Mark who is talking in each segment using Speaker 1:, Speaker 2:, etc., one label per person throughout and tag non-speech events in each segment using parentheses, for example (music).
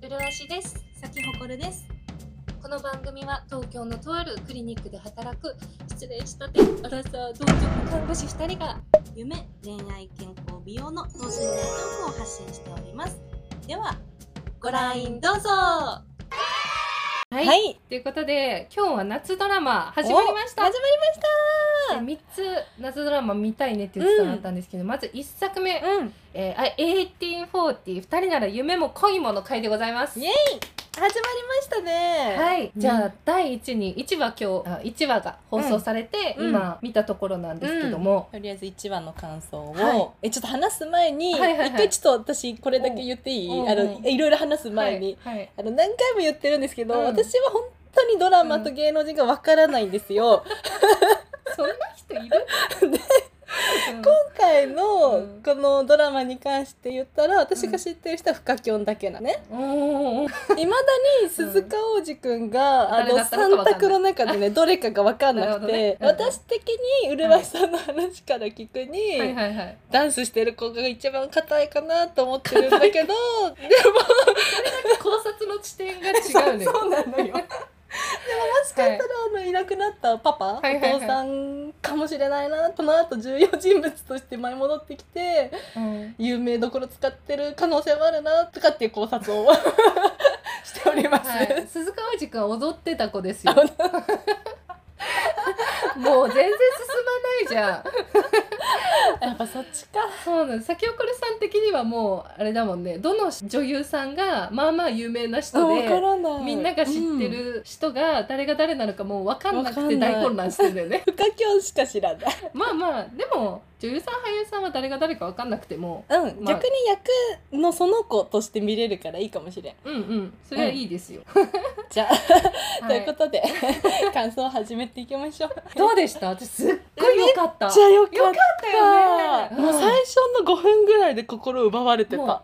Speaker 1: プルアシです
Speaker 2: 咲ほこるです。
Speaker 1: この番組は東京のとあるクリニックで働く失礼したてアラサー同居看護師2人が
Speaker 2: 夢、恋愛、健康、美容の等身大トークを発信しております。では、
Speaker 1: ご覧どうぞは
Speaker 2: はい、
Speaker 1: ということで今日は夏ドラマ始まりました
Speaker 2: お始まりま
Speaker 1: 3つ夏ドラマ見たいねって言ってたの
Speaker 2: うん
Speaker 1: あったんですけど、まず1作目
Speaker 2: した。うん、
Speaker 1: 「えー、あ1840」2人なら夢も恋もの回でございます
Speaker 2: イエイ始まりましたね。
Speaker 1: はい、
Speaker 2: うん
Speaker 1: じゃあ第1に1話今日1話が放送されて、
Speaker 2: うん
Speaker 1: 今見たところなんですけども、
Speaker 2: とりあえず一話の感想を、
Speaker 1: は
Speaker 2: えちょっと話す前に、
Speaker 1: はいはいはい
Speaker 2: 一回ちょっと私これだけ言っていい、
Speaker 1: うんうん
Speaker 2: あのいろいろ話す前に、
Speaker 1: はいはい
Speaker 2: あの何回も言ってるんですけど、
Speaker 1: うん
Speaker 2: 私は本当にドラマと芸能人がわからないんですよ。
Speaker 1: そんな人いる
Speaker 2: (laughs) で
Speaker 1: うん
Speaker 2: 今回の
Speaker 1: うん
Speaker 2: このドラマに関して言ったら私が知ってる人はフカキョンだけなね
Speaker 1: おー
Speaker 2: いまだに鈴鹿央士くんが、あ
Speaker 1: 誰
Speaker 2: の
Speaker 1: だったのか
Speaker 2: 三択の中でねどれかが分かんなく
Speaker 1: (laughs) なるほど
Speaker 2: て
Speaker 1: ねうん
Speaker 2: 私的に麗しさんの話から聞くに、
Speaker 1: はいはいはい
Speaker 2: ダンスしてる子が一番硬いかなと思ってるんだ
Speaker 1: (laughs)
Speaker 2: けど
Speaker 1: 考察の地点が違うね
Speaker 2: (laughs) そうなのよでももしかしたら、あのいなくなったパパ、
Speaker 1: はいはいはい
Speaker 2: お父さんかもしれないなこのあと重要人物として舞い戻ってきて。
Speaker 1: うん
Speaker 2: 有名どころ使ってる可能性もあるなとかっていう考察を (laughs) しております。 (laughs)
Speaker 1: はい、鈴鹿央士くんは踊ってた子ですよ (laughs) もう全然進まないじゃん
Speaker 2: やっぱそっちか。
Speaker 1: そうなんです先送りさん的にはもうあれだもんねどの女優さんがまあまあ有名な人
Speaker 2: わ
Speaker 1: で
Speaker 2: からない。
Speaker 1: みんなが知って
Speaker 2: うん。
Speaker 1: る人が誰が誰なのかもう分かんなくて
Speaker 2: 分かんない
Speaker 1: 大混乱してるんだよね
Speaker 2: 不可教しか知らない。
Speaker 1: (laughs) まあまあでも女優さん俳優さんは誰が誰か分かんなくても
Speaker 2: うん、
Speaker 1: まあ
Speaker 2: 逆に役のその子として見れるからいいかもしれん。
Speaker 1: うんうんそれはいいですよ、
Speaker 2: じゃあ、
Speaker 1: は
Speaker 2: ということで (laughs) 感想を始めていきましょう。
Speaker 1: どうでした私すっごい良かった
Speaker 2: じゃあよかった。
Speaker 1: た
Speaker 2: もう最初の5分ぐらいで心奪われてた
Speaker 1: も。う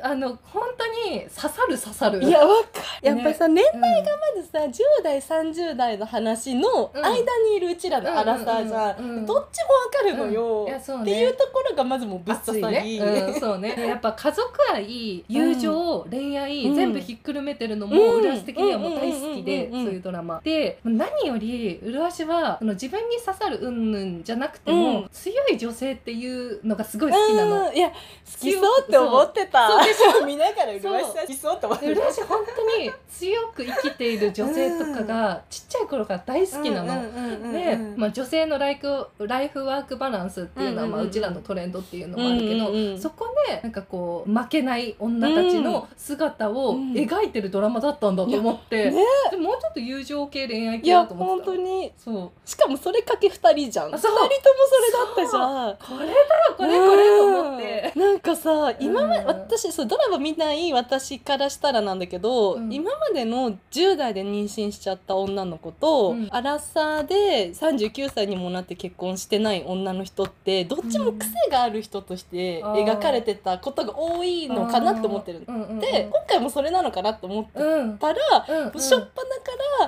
Speaker 1: あの本当に刺さる刺さる
Speaker 2: いやわかる。やっぱりさ、ね、
Speaker 1: うん前が
Speaker 2: まずさ10代30代の話の
Speaker 1: うん
Speaker 2: 間にいるうちらのアラサーじゃん,、
Speaker 1: うんうんうんうん
Speaker 2: どっちもわかるのよ、
Speaker 1: いやそうね
Speaker 2: っていうところがまずもうぶっ
Speaker 1: 熱
Speaker 2: 刺
Speaker 1: い
Speaker 2: さ
Speaker 1: ね、
Speaker 2: り、
Speaker 1: うん、そうね
Speaker 2: (laughs)
Speaker 1: やっぱ家族愛友情、恋愛、
Speaker 2: うん
Speaker 1: 全部ひっくるめてるのも、
Speaker 2: うん
Speaker 1: うるわし的にはもう大好きで、
Speaker 2: うんうんうんうん
Speaker 1: そういうドラマで何よりうるわしはその自分に刺さるうんぬんじゃなくても、
Speaker 2: うん
Speaker 1: 強い女性っていうのがすごい好きなの。
Speaker 2: うんいや好きそうって思ってた
Speaker 1: そう
Speaker 2: 私も見ながらうる
Speaker 1: そう
Speaker 2: わしさん好きそうって思っ
Speaker 1: う
Speaker 2: て
Speaker 1: る
Speaker 2: た
Speaker 1: わし本当に強く生きている女性とかがちっちゃい頃から大好きなの。で、まあ、女性のライクライフワークバランスっていうのは、まあ、
Speaker 2: うんうんうん
Speaker 1: うちらのトレンドっていうのもあるけど、
Speaker 2: うんうんうん
Speaker 1: そこでなんかこう負けない女たちの姿を
Speaker 2: うん
Speaker 1: 描いてるドラマだったんだと思って、
Speaker 2: ね
Speaker 1: でもうちょっと友情系恋愛
Speaker 2: い
Speaker 1: 系
Speaker 2: や
Speaker 1: だと思っ
Speaker 2: 本
Speaker 1: てた
Speaker 2: 当に
Speaker 1: そう
Speaker 2: しかもそれかけ2人じゃん2
Speaker 1: あ
Speaker 2: 人
Speaker 1: そ
Speaker 2: と
Speaker 1: う
Speaker 2: もそれだったじゃん
Speaker 1: これだよこれこれと思って。
Speaker 2: うんなんかさ今ま
Speaker 1: うん
Speaker 2: 私そうドラマ見ない私からしたらなんだけど、
Speaker 1: うん
Speaker 2: 今までの10代で妊娠しちゃった女の子と、
Speaker 1: うん
Speaker 2: アラサーで39歳にもなって結婚してない女の人ってどっちも癖がある人として
Speaker 1: うん
Speaker 2: 描かれてたことが多いのかなと思ってる
Speaker 1: うんうんうん、
Speaker 2: で今回もそれなのかなと思って
Speaker 1: うん
Speaker 2: たら、
Speaker 1: うんうん、
Speaker 2: 初っ端か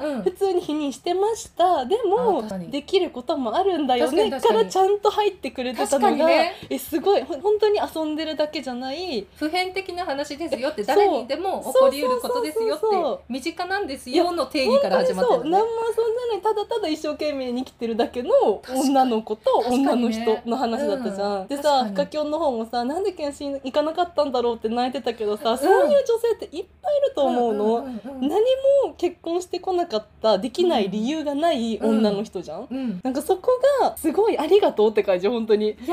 Speaker 1: うん
Speaker 2: ら普通に否認してましたで
Speaker 1: あー
Speaker 2: も
Speaker 1: 確かに
Speaker 2: できることもあるんだよ
Speaker 1: 確
Speaker 2: ね
Speaker 1: かに確
Speaker 2: か
Speaker 1: かに
Speaker 2: らちゃんと入ってくれてた
Speaker 1: 確か
Speaker 2: の
Speaker 1: に
Speaker 2: が、
Speaker 1: ね
Speaker 2: えすごいほん本当に遊んでるだけじゃないい
Speaker 1: 普遍的な話ですよって
Speaker 2: そう
Speaker 1: 誰にでも起こりうることですよ
Speaker 2: そうそうそうそ
Speaker 1: っ
Speaker 2: う
Speaker 1: て身近なんですよの定義から始まって
Speaker 2: そう
Speaker 1: る
Speaker 2: 何
Speaker 1: の
Speaker 2: も
Speaker 1: ね
Speaker 2: 遊んでないただただ一生懸命に生きてるだけの
Speaker 1: 確かに
Speaker 2: 女の子と
Speaker 1: 確かにね
Speaker 2: 女の人の話だったじゃん。
Speaker 1: うん
Speaker 2: で
Speaker 1: 確か
Speaker 2: さ
Speaker 1: に
Speaker 2: フカキョンの方もさなんで検診行かなかったんだろうって泣いてたけどさ、
Speaker 1: ん
Speaker 2: そういう女性っていっぱいいると思うの。
Speaker 1: んうんうん
Speaker 2: 何も結婚してこなかったできない理由がない女の人じゃん、
Speaker 1: うんうん
Speaker 2: なんかそこがすごいありがとうって感じ本当に
Speaker 1: いやーち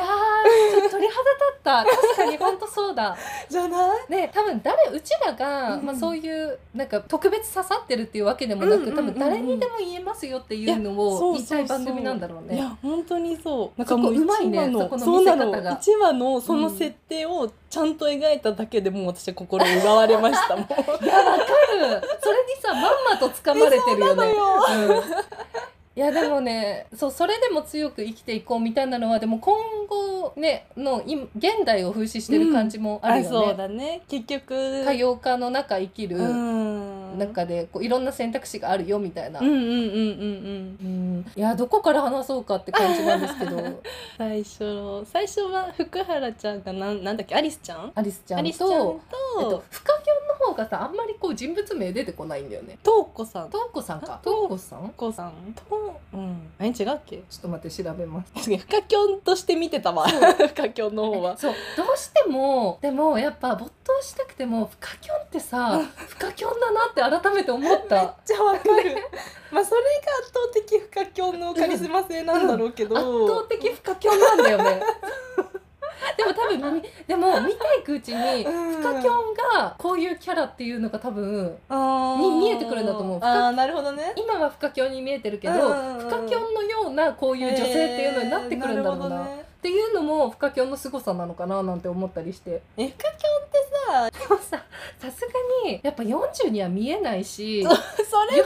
Speaker 1: ょっと鳥肌立った確かに本当そうだ
Speaker 2: じゃない
Speaker 1: ね多分誰うちらが、
Speaker 2: うん
Speaker 1: まあ、そういうなんか特別刺さってるっていうわけでもなく、
Speaker 2: うんうん
Speaker 1: 多
Speaker 2: うんうん
Speaker 1: 分誰にでも言えますよっていうの
Speaker 2: いやそう
Speaker 1: を
Speaker 2: そう
Speaker 1: 言いたい番組なんだろう
Speaker 2: い
Speaker 1: ね。
Speaker 2: や本当にそうなん
Speaker 1: そこうまいね
Speaker 2: 一話の
Speaker 1: そこの
Speaker 2: そう
Speaker 1: 見せ
Speaker 2: な
Speaker 1: 方
Speaker 2: の
Speaker 1: が
Speaker 2: 一話のその設定をちゃんと描いただけでもう私は心奪われましたもん
Speaker 1: (laughs) いやわかるそれにさまんまと掴まれてるよね。
Speaker 2: (laughs) よ
Speaker 1: うんいやでもねそうそれでも強く生きていこうみたいなのはでも今後ねの今現代を風刺してる感じもあ
Speaker 2: あ
Speaker 1: るよね。
Speaker 2: そうだね結局
Speaker 1: 多様化の中生きる
Speaker 2: うん
Speaker 1: 中でこういろんな選択肢があるよみたいな
Speaker 2: うんうんうんうんうん
Speaker 1: うんいやどこから話そうかって感じなんですけ
Speaker 2: (laughs)
Speaker 1: ど
Speaker 2: 最初の最初は福原ちゃんがなんなんだっけアリスちゃん
Speaker 1: アリスちゃ
Speaker 2: ア
Speaker 1: ん
Speaker 2: リスちゃんと
Speaker 1: と、えっと、フカキョンの方方がさあんまりこう人物名出てこないんだよね
Speaker 2: とうこさんとう
Speaker 1: とうこさんか
Speaker 2: あ
Speaker 1: とうこさん
Speaker 2: こさんとうんえ違うっ
Speaker 1: ち
Speaker 2: け
Speaker 1: ょっと待って調べます
Speaker 2: 次フカキョンとして見てたわフカキョンの方は
Speaker 1: そうどうしてもでもやっぱ没頭したくてもフカキョンってさ
Speaker 2: (laughs) うん
Speaker 1: フカキョンだなって改めて思った
Speaker 2: じゃあわかるまあそれが圧倒的フカキョンのカリスマ性なんだろう (laughs) けど、
Speaker 1: 圧倒的フカキョンなんだよね (laughs) でも多分
Speaker 2: (laughs)
Speaker 1: みでも見ていくうちにフカキョ
Speaker 2: ン
Speaker 1: ンがこういうキャラっていうのが多分
Speaker 2: あ
Speaker 1: に見えてくるんだと思う
Speaker 2: あーなるほどね
Speaker 1: 今はフカキョンに見えてるけど
Speaker 2: うんうんうん
Speaker 1: フカキョンのようなこういう女性っていうのになってくるんだろうな,、
Speaker 2: えーるほどね
Speaker 1: っていうのもフカキョンの凄さなのかななんて思ったりして
Speaker 2: えフカキョン (laughs) ってさ
Speaker 1: でもささすがにやっぱ40には見えないし
Speaker 2: そうそれ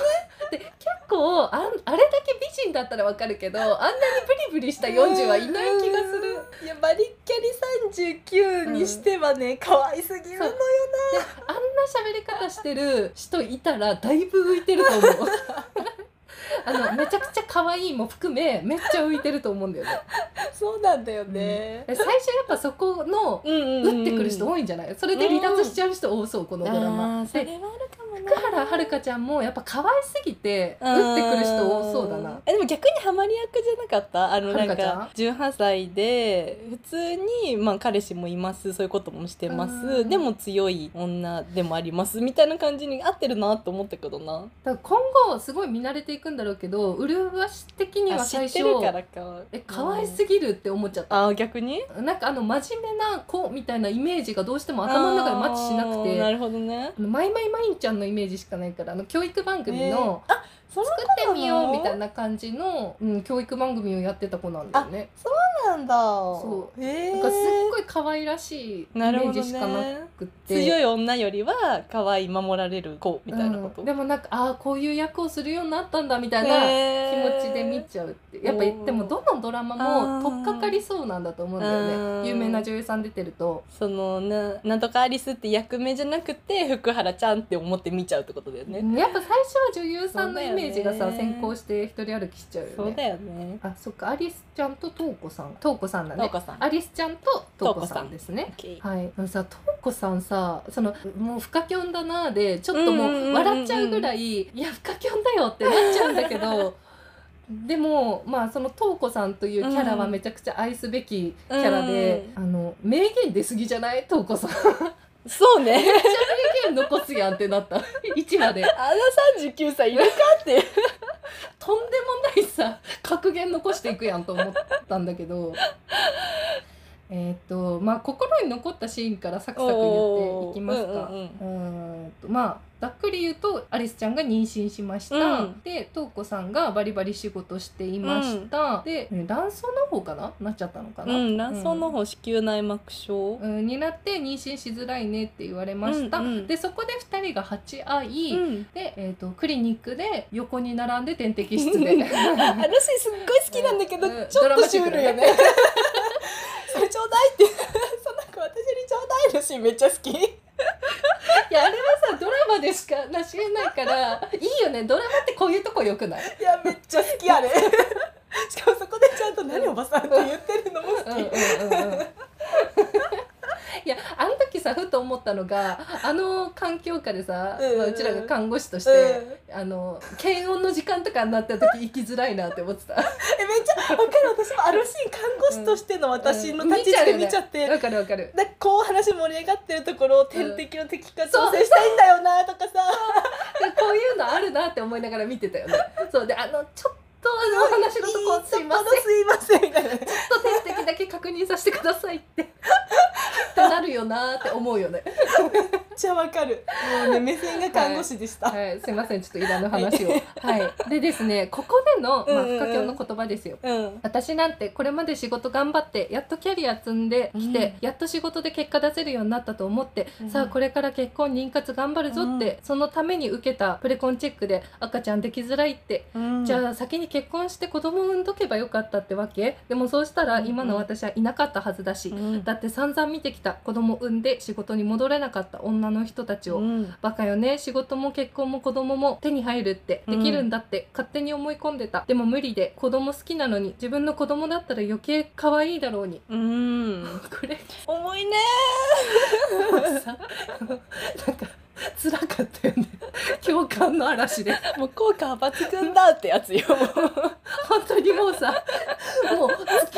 Speaker 1: で結構あんあれだけ美人だったらわかるけどあんなにブリブリした40はいない気がする。
Speaker 2: いやバリッキャリ39にしてはね、可愛すぎるのよ
Speaker 1: であんな喋り方してる人いたらだいぶ浮いてると思う (laughs) あのめちゃくちゃ可愛いも含めめっちゃ浮いてると思うんだよね
Speaker 2: そうなんだよね、
Speaker 1: で最初やっぱそこの
Speaker 2: うんうんうん
Speaker 1: 打ってくる人多いんじゃないそれで離脱しちゃう人多そうこのドラ
Speaker 2: あ
Speaker 1: マ
Speaker 2: ーそれ
Speaker 1: で
Speaker 2: はあるかもね
Speaker 1: 福原遥ちゃんもやっぱ可愛すぎて打ってくる人多そうだ
Speaker 2: ん
Speaker 1: な
Speaker 2: えでも逆にハマり役じゃなかったあの
Speaker 1: は
Speaker 2: な
Speaker 1: るか
Speaker 2: ん
Speaker 1: ちゃん
Speaker 2: か18歳で普通にまあ彼氏もいますそういうこともしてま
Speaker 1: う
Speaker 2: す
Speaker 1: ん
Speaker 2: でも強い女でもありますみたいな感じに合ってるなと思ったけどな
Speaker 1: だから今後すごい見慣れていくんだろうけど麗し的には
Speaker 2: あ知
Speaker 1: 最
Speaker 2: っ
Speaker 1: 初
Speaker 2: てるからか
Speaker 1: え可愛
Speaker 2: ぎ
Speaker 1: すぎるって思っちゃった
Speaker 2: あー逆に
Speaker 1: なんかあの真面目な子みたいなイメージがどうしても頭の中でマッチしなく
Speaker 2: あー
Speaker 1: て
Speaker 2: なるほどね
Speaker 1: あのマイマイマインちゃんのイメージしかないからあの教育番組の
Speaker 2: えーあその
Speaker 1: 作ってみようみたいな感じの、うん、教育番組をやってた子なんだよね。
Speaker 2: なんだ
Speaker 1: そう
Speaker 2: へえ
Speaker 1: なんかすっごい可愛らしいイメ
Speaker 2: なるほ
Speaker 1: ー
Speaker 2: ど
Speaker 1: ジしかな
Speaker 2: ね
Speaker 1: くて、
Speaker 2: 強い女よりは可愛い守られる子みたいなこと、
Speaker 1: うんでもなんかああこういう役をするようになったんだみたいな気
Speaker 2: な
Speaker 1: 持ちで見ちゃうってやっぱり
Speaker 2: おー
Speaker 1: でもどのドラマ
Speaker 2: あー
Speaker 1: も取っかかりそうなんだと思うんだよね
Speaker 2: うん
Speaker 1: 有名な女優さん出てると
Speaker 2: そのななんとかアリスって役名じゃなくて福原ちゃんって思って見ちゃうってことだよね、
Speaker 1: やっぱ最初は女優さんのイメージが
Speaker 2: そ
Speaker 1: さ、
Speaker 2: うだよね
Speaker 1: 先行して一人歩きしちゃうよね
Speaker 2: そうだよね
Speaker 1: あそっかアリスちゃんとトーコさんトーコさんだ
Speaker 2: 農
Speaker 1: ね
Speaker 2: 家さん
Speaker 1: アリスちゃんとトーコ
Speaker 2: トウコ
Speaker 1: さ
Speaker 2: さ
Speaker 1: ん
Speaker 2: ん
Speaker 1: ですね
Speaker 2: OK
Speaker 1: はい、あのさとうこさんさそのもう「フカキョンだな」でちょっとも
Speaker 2: うんうんうんう
Speaker 1: うん笑っちゃうぐらい「いやフカキョンだよ」ってなっちゃうんだけ
Speaker 2: (laughs)
Speaker 1: どでもまあそのとうこさんというキャラはめちゃくちゃ愛すべきキャラで、あの名言出すぎじゃないとうこさん名
Speaker 2: そうね
Speaker 1: 言残すやんってなった一話で
Speaker 2: (laughs) あの39歳いるかって
Speaker 1: とんでもないさ格言残していくやんと思ったんだけ
Speaker 2: (laughs)
Speaker 1: ど。えーっとまあ心に残ったシーンからサクサク言っていきますか。
Speaker 2: うんうん
Speaker 1: うーんとまあざっくり言うとアリスちゃんが妊娠しました、
Speaker 2: うん
Speaker 1: でトウコさんがバリバリ仕事していました、でえ卵巣の方かななっちゃったのか
Speaker 2: う
Speaker 1: な、
Speaker 2: んうん卵巣の方子宮内膜症
Speaker 1: うん、になって妊娠しづらいねって言われました、
Speaker 2: うんうん
Speaker 1: でそこで2人が鉢合い、
Speaker 2: (laughs) うん
Speaker 1: で、えー、とクリニックで横に並んで点滴室で
Speaker 2: 私すっごい好きなんだけど、
Speaker 1: うん
Speaker 2: ちょっとシュールよ
Speaker 1: ドラマ
Speaker 2: ね (laughs) それちょうだいって (laughs) その子私にちょうだいのシーンめっちゃ好き
Speaker 1: (laughs) いやあれはさドラマでしかなし得ないから (laughs) いいよねドラマってこういうとこよくない
Speaker 2: いやめっちゃ好きあれ (laughs) しかもそこでちゃんと「何おばさん」って言ってるのも好
Speaker 1: う
Speaker 2: き、
Speaker 1: んうんうんうんいやあの時さふと思ったのがあの環境下でさ、
Speaker 2: うんうんうん
Speaker 1: まあ、うちらが看護師とし
Speaker 2: う
Speaker 1: て、
Speaker 2: ん
Speaker 1: あの検温の時間とかになった時行きづらいなって思って
Speaker 2: (laughs)
Speaker 1: た
Speaker 2: えめっちゃわかる私もあのシーン看護師としての私の立ち位置で見ちゃって、
Speaker 1: わかるわかる
Speaker 2: だこう話盛り上がってるところを点滴の敵か調整したいんだよなとかさ、
Speaker 1: でこういうのあるなって思いながら見てたよねそうであのちょっとあのお話のとこすいません
Speaker 2: んすいませんみたいな
Speaker 1: ちょっと点滴だけ確認させてくださいってってなるよなって思うよね
Speaker 2: めっちゃわかるもうね目線が看護師でした、
Speaker 1: はい、すいません、ちょっといらぬ
Speaker 2: (laughs)
Speaker 1: 話を。はい、でですね、ここでの、まあ、
Speaker 2: うんうんう
Speaker 1: 不
Speaker 2: ん
Speaker 1: 可教の言葉ですよ。
Speaker 2: うん
Speaker 1: 私なんてこれまで仕事頑張ってやっとキャリア積んできて、やっと仕事で結果出せるようになったと思って、
Speaker 2: うん
Speaker 1: さあこれから結婚妊活頑張るぞって、そのために受けたプレコンチェックで赤ちゃんできづらいって、じゃあ先に結婚して子供産んどけばよかったってわけでもそうしたら今の私はいなかったはずだし、
Speaker 2: うん
Speaker 1: だって散々見てきた子供産んで仕事に戻れなかった女の人たちを、
Speaker 2: うん
Speaker 1: バカよね仕事も結婚も子供も手に入るってできるんだって、勝手に思い込んでたでも無理で子供好きなのに自分の子供だったら余計可愛いだろ (laughs) うに
Speaker 2: うん
Speaker 1: これ
Speaker 2: 重いね
Speaker 1: さなんか (laughs) の嵐で
Speaker 2: もう効果は抜群だってやつ (laughs) よ
Speaker 1: 本当にもうさもう突き刺されす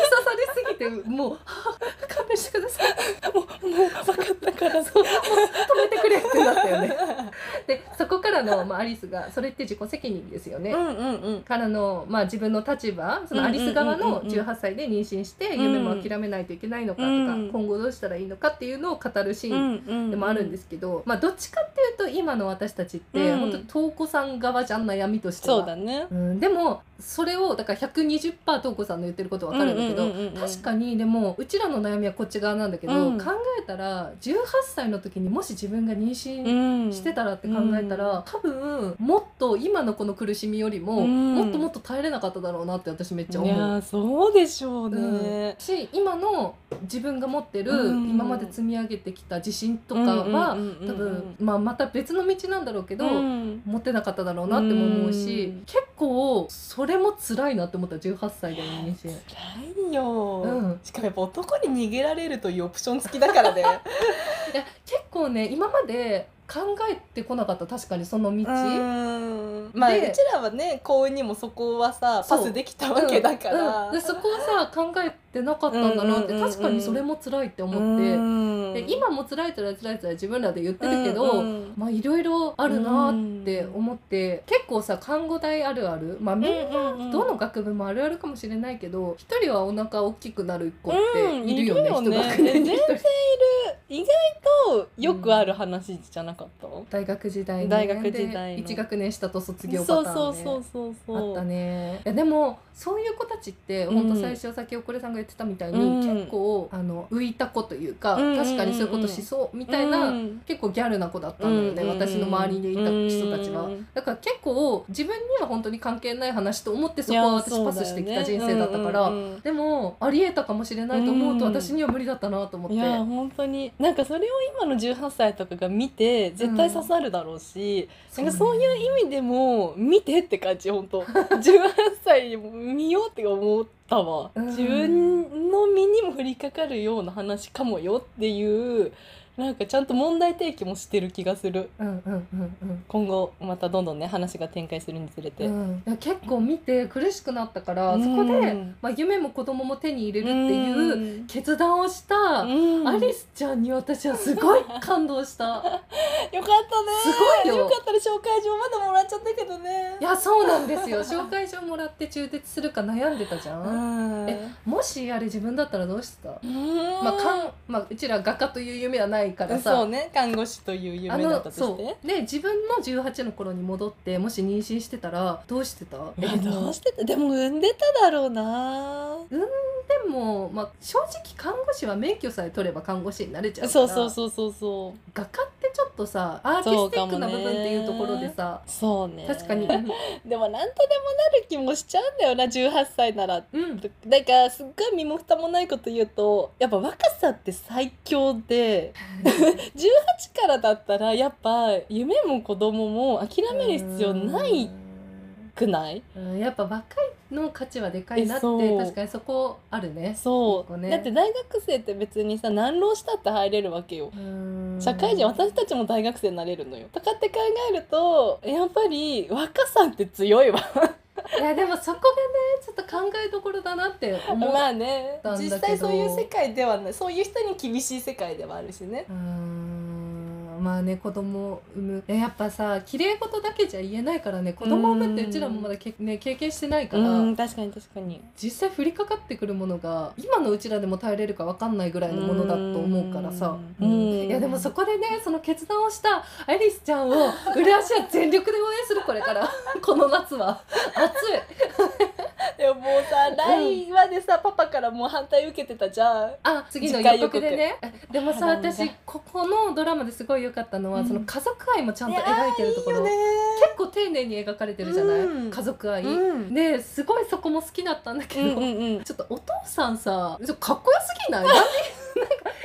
Speaker 1: ぎてもう (laughs) はぁ勘弁してください
Speaker 2: もうもう分かったから
Speaker 1: そうもう止めてくれってなったよ (laughs) ねでそこからの、まあ、アリスがそれって自己責任ですよね、
Speaker 2: うんうんうん
Speaker 1: からの、まあ、自分の立場そのアリス側
Speaker 2: うんうんう
Speaker 1: の
Speaker 2: んうんうん
Speaker 1: 18歳で妊娠して
Speaker 2: うん
Speaker 1: 夢も諦めないといけないのかとか、
Speaker 2: うん
Speaker 1: 今後どうしたらいいのかっていうのを語るシーン
Speaker 2: ン
Speaker 1: でもあるんですすけど、まあ、どっちかっていうと今の私たちって、
Speaker 2: うん
Speaker 1: 本当に瞳子さん側じゃん悩みとしては。
Speaker 2: そうだね
Speaker 1: うん、でもそれをだから120%瞳子さんの言ってることわかるんだけど、
Speaker 2: うんうんうんうん
Speaker 1: 確かにでもうちらの悩みはこっち側なんだけど、
Speaker 2: うん
Speaker 1: 考えたら18歳の時にもし自分が妊娠
Speaker 2: うん
Speaker 1: してたらって考えたら、
Speaker 2: う
Speaker 1: 多分もっと今のこの苦しみよりも、
Speaker 2: うん
Speaker 1: もっともっと耐えれなかっただろうなって私めっ
Speaker 2: い
Speaker 1: ち
Speaker 2: や
Speaker 1: ゃ思う。
Speaker 2: ーそうでしょう
Speaker 1: うん
Speaker 2: ね、
Speaker 1: し今の自分が持ってる、
Speaker 2: うん
Speaker 1: 今まで積み上げてきた自信とかは、
Speaker 2: うんうんうんうん
Speaker 1: 多分、まあ、また別の道なんだろうけど、
Speaker 2: うん
Speaker 1: 持ってなかっただろうなっても思うし、
Speaker 2: うん
Speaker 1: 結構それも辛いなって思った18歳での妊娠。
Speaker 2: 辛いよ、
Speaker 1: うん
Speaker 2: しかもやっぱ男に逃げられるというオプション付きだか
Speaker 1: (laughs)
Speaker 2: らね
Speaker 1: いや結構ね今まで考えてこなかった確かにその道、
Speaker 2: うんまあう
Speaker 1: で
Speaker 2: ちらはね幸運にもそこはさ
Speaker 1: そう
Speaker 2: パスでき (laughs) たわけだから、
Speaker 1: うんでそこはさ考えてなかったんだなって、
Speaker 2: うんうんうんうん
Speaker 1: 確かにそれも辛いって思って、
Speaker 2: 思
Speaker 1: で今も辛い辛い辛い辛い自分らで言ってるけど、
Speaker 2: うん
Speaker 1: まあいろいろあるなって
Speaker 2: うん
Speaker 1: 思って、結構さ看護大あるあるまあみんな
Speaker 2: うんうん
Speaker 1: どの学部もあるあるかもしれないけど一人はお腹大きくなる子っているよね,、
Speaker 2: うんいるよね
Speaker 1: 一学年に一人
Speaker 2: (laughs) 意外とよくある話じゃなかった、
Speaker 1: 大学時代に、
Speaker 2: 大学時代の
Speaker 1: で一学年下と卒業パター
Speaker 2: そ
Speaker 1: ン、
Speaker 2: う
Speaker 1: ね、
Speaker 2: そうそうそうそう
Speaker 1: あったねいやでもそういう子たちって
Speaker 2: うん
Speaker 1: 本当最初先おこれさんが言ってたみたいに、
Speaker 2: うん
Speaker 1: 結構あの浮いた子というか、
Speaker 2: うんうんうんうん
Speaker 1: 確かにそういうことしそうみたいな、
Speaker 2: うん
Speaker 1: 結構ギャルな子だったんだよね、
Speaker 2: うんうんうん
Speaker 1: 私の周りにいた人たちは。
Speaker 2: うん
Speaker 1: だから結構自分には本当に関係ない話と思ってそこ
Speaker 2: い
Speaker 1: は
Speaker 2: や
Speaker 1: 私パスしてきた人生だったから、
Speaker 2: そうだよねうんうんうん
Speaker 1: でもありえたかもしれないと思うと
Speaker 2: うん
Speaker 1: 私には無理だったなと思って、
Speaker 2: いや本当になんかそれを今の18歳とかが見て絶対刺さるだろうし、なんかそういう意味でも見てって感じ本当18歳にも見ようって思ったわ、
Speaker 1: うん
Speaker 2: 自分の身にも降りかかるような話かもよっていうなんかちゃんと問題提起もしてる気がする
Speaker 1: うんうんうんうん
Speaker 2: 今後またどんどんね話が展開するにつれて。
Speaker 1: うんいや結構見て苦しくなったから、
Speaker 2: うん
Speaker 1: そこで、まあ、夢も子供も手に入れるっていう、決断をした、
Speaker 2: うん
Speaker 1: アリスちゃんに私はすごい感動
Speaker 2: (laughs)
Speaker 1: した。
Speaker 2: よかったね
Speaker 1: すごいよ
Speaker 2: よかったら紹介状まだもらっちゃったけどね
Speaker 1: いやそうなんですよ紹介状もらって中絶するか悩んでたじゃ、
Speaker 2: うんん
Speaker 1: えもしあれ自分だったらどうしてた、ま
Speaker 2: ま
Speaker 1: あかんまあ、うちら画家という夢はないからさ
Speaker 2: そうね看護師という夢だったとし
Speaker 1: そ
Speaker 2: て
Speaker 1: うで自分の18の頃に戻ってもし妊娠してたらどうしてた
Speaker 2: え
Speaker 1: あの
Speaker 2: どうしてたでも産んでただろうな
Speaker 1: でも、まあ、正直看護師は免許さえ取れば看護師になれちゃうから
Speaker 2: そうそうそうそうそう
Speaker 1: 画家ってちょっとさアーティスティックな部分っていうところでさ、
Speaker 2: そうね
Speaker 1: 確かに、
Speaker 2: でもなんとでもなる気もしちゃうんだよな18歳なら
Speaker 1: うん、
Speaker 2: だからすっごい身も蓋もないこと言うとやっぱ若さって最強で18からだったらやっぱ夢も子供も諦める必要ないくない
Speaker 1: うんやっぱ若いの価値はでかいなって
Speaker 2: えそう
Speaker 1: 確かにそこあるね
Speaker 2: そう、
Speaker 1: 一個ね
Speaker 2: だって大学生って別にさ何浪したって入れるわけよ
Speaker 1: うん
Speaker 2: 社会人私たちも大学生になれるのよとかって考えるとやっぱり若さって強いわ
Speaker 1: いやでもそこがねちょっと考えどころだなって思う、
Speaker 2: まあね
Speaker 1: なんだけど
Speaker 2: 実際そういう世界ではないそういう人に厳しい世界ではあるしね
Speaker 1: うんまあね子供を産むえやっぱさ綺麗事だけじゃ言えないからね子供を産むって
Speaker 2: うん
Speaker 1: うちらもまだけ、ね、経験してないか
Speaker 2: う
Speaker 1: ら、
Speaker 2: ん確かに確かに
Speaker 1: 実際降りかかってくるものが今のうちらでも耐えれるかわかんないぐらいのものだと思うからさ、
Speaker 2: う
Speaker 1: う
Speaker 2: ん
Speaker 1: ん
Speaker 2: うん
Speaker 1: いやでもそこでねその決断をしたアリスちゃんを裏足は全力で応援するこれから (laughs) この夏は暑い
Speaker 2: でももうさ LINE までさパパからもう反対受けてたじゃん
Speaker 1: あ次の
Speaker 2: 次回
Speaker 1: 予
Speaker 2: 予告
Speaker 1: 告で
Speaker 2: (laughs)
Speaker 1: ねでもさ
Speaker 2: あらら
Speaker 1: 私ここのドラマですごい良かったのは、
Speaker 2: うん
Speaker 1: その家族愛もちゃんと描いてるところ
Speaker 2: いいよね
Speaker 1: 結構丁寧に描かれてるじゃない、
Speaker 2: うん
Speaker 1: 家族愛、
Speaker 2: うん
Speaker 1: ですごいそこも好きだったんだけど、
Speaker 2: うんうんうん
Speaker 1: ちょっとお父さんさちょっとかっこよすぎないなんか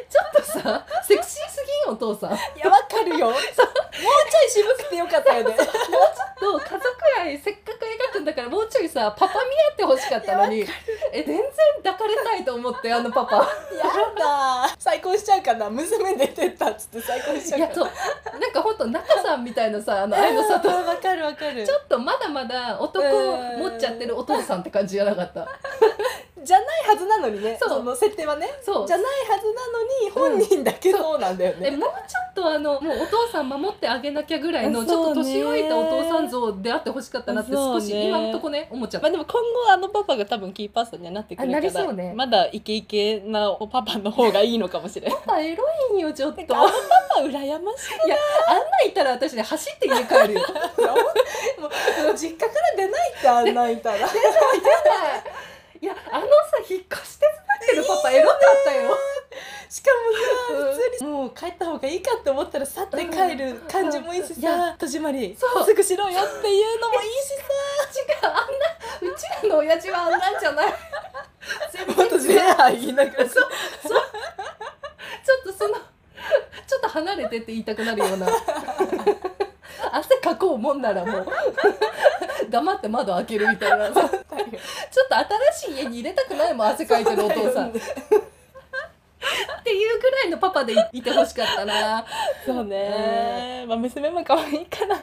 Speaker 1: ちょっとさセクシーすぎんお父さんと
Speaker 2: いやわかるよもうちょい渋くてよかったよね
Speaker 1: 家族愛せっかく描くんだからもうちょいさパパ見合ってほしかったのにえ全然抱かれたいと思ってあのパパ
Speaker 2: (laughs) やだ再婚しちゃうかな娘出てったっつって再婚しち
Speaker 1: (laughs)
Speaker 2: ゃ
Speaker 1: いうや
Speaker 2: かな
Speaker 1: そうなんかほんと仲ささんみたいなさあの愛の
Speaker 2: (laughs)
Speaker 1: 里
Speaker 2: うんわかるわかる
Speaker 1: ちょっとまだまだ男を持っちゃってるお父さんって感じじゃなかった
Speaker 2: じゃないはずなのにね
Speaker 1: そう
Speaker 2: の設定はね
Speaker 1: そう
Speaker 2: じゃないはずなのに本人だけ
Speaker 1: うん
Speaker 2: そうなんだよ
Speaker 1: え
Speaker 2: ね、
Speaker 1: もうちょっとあのもうお父さん守ってあげなきゃぐらいのちょっと年老いたお父さん像であってほしかったなって
Speaker 2: そう
Speaker 1: 少
Speaker 2: ね
Speaker 1: し今のとこね思っちゃっ
Speaker 2: ま
Speaker 1: た
Speaker 2: あでも今後あのパパが多分キーパーソンにはなってくるから
Speaker 1: あなりそうね
Speaker 2: まだイケイケなおパパの方がいいのかもしれない
Speaker 1: パパエロいんよちょっと
Speaker 2: あのパパ羨 (laughs) ましい
Speaker 1: あんなんいたら私ね走って家帰るよ (laughs)
Speaker 2: もう実家から出ないってあんないた (laughs) ら
Speaker 1: いやあのさ引っ越し手伝ってるパパエロかったよ
Speaker 2: しかもさ普通にもう帰った方がいいかって思ったら去って帰る感じもいいし
Speaker 1: うんい
Speaker 2: さ
Speaker 1: や
Speaker 2: 戸締まり
Speaker 1: そう
Speaker 2: すぐしろよっていうのもいいし (laughs) さ
Speaker 1: 違うあんなうちらの親父はあんなんじゃない全然違う
Speaker 2: 私ねあ言いながら
Speaker 1: そうちょっとそのちょっと離れてって言いたくなるような汗かこうもんならもう黙って窓開けるみたいなちょっと新しい家に入れたくないもん汗かいてるお父さんっていうぐらいのパパでいいてほしかった
Speaker 2: (laughs)
Speaker 1: な
Speaker 2: そうね、まあ娘も可愛いから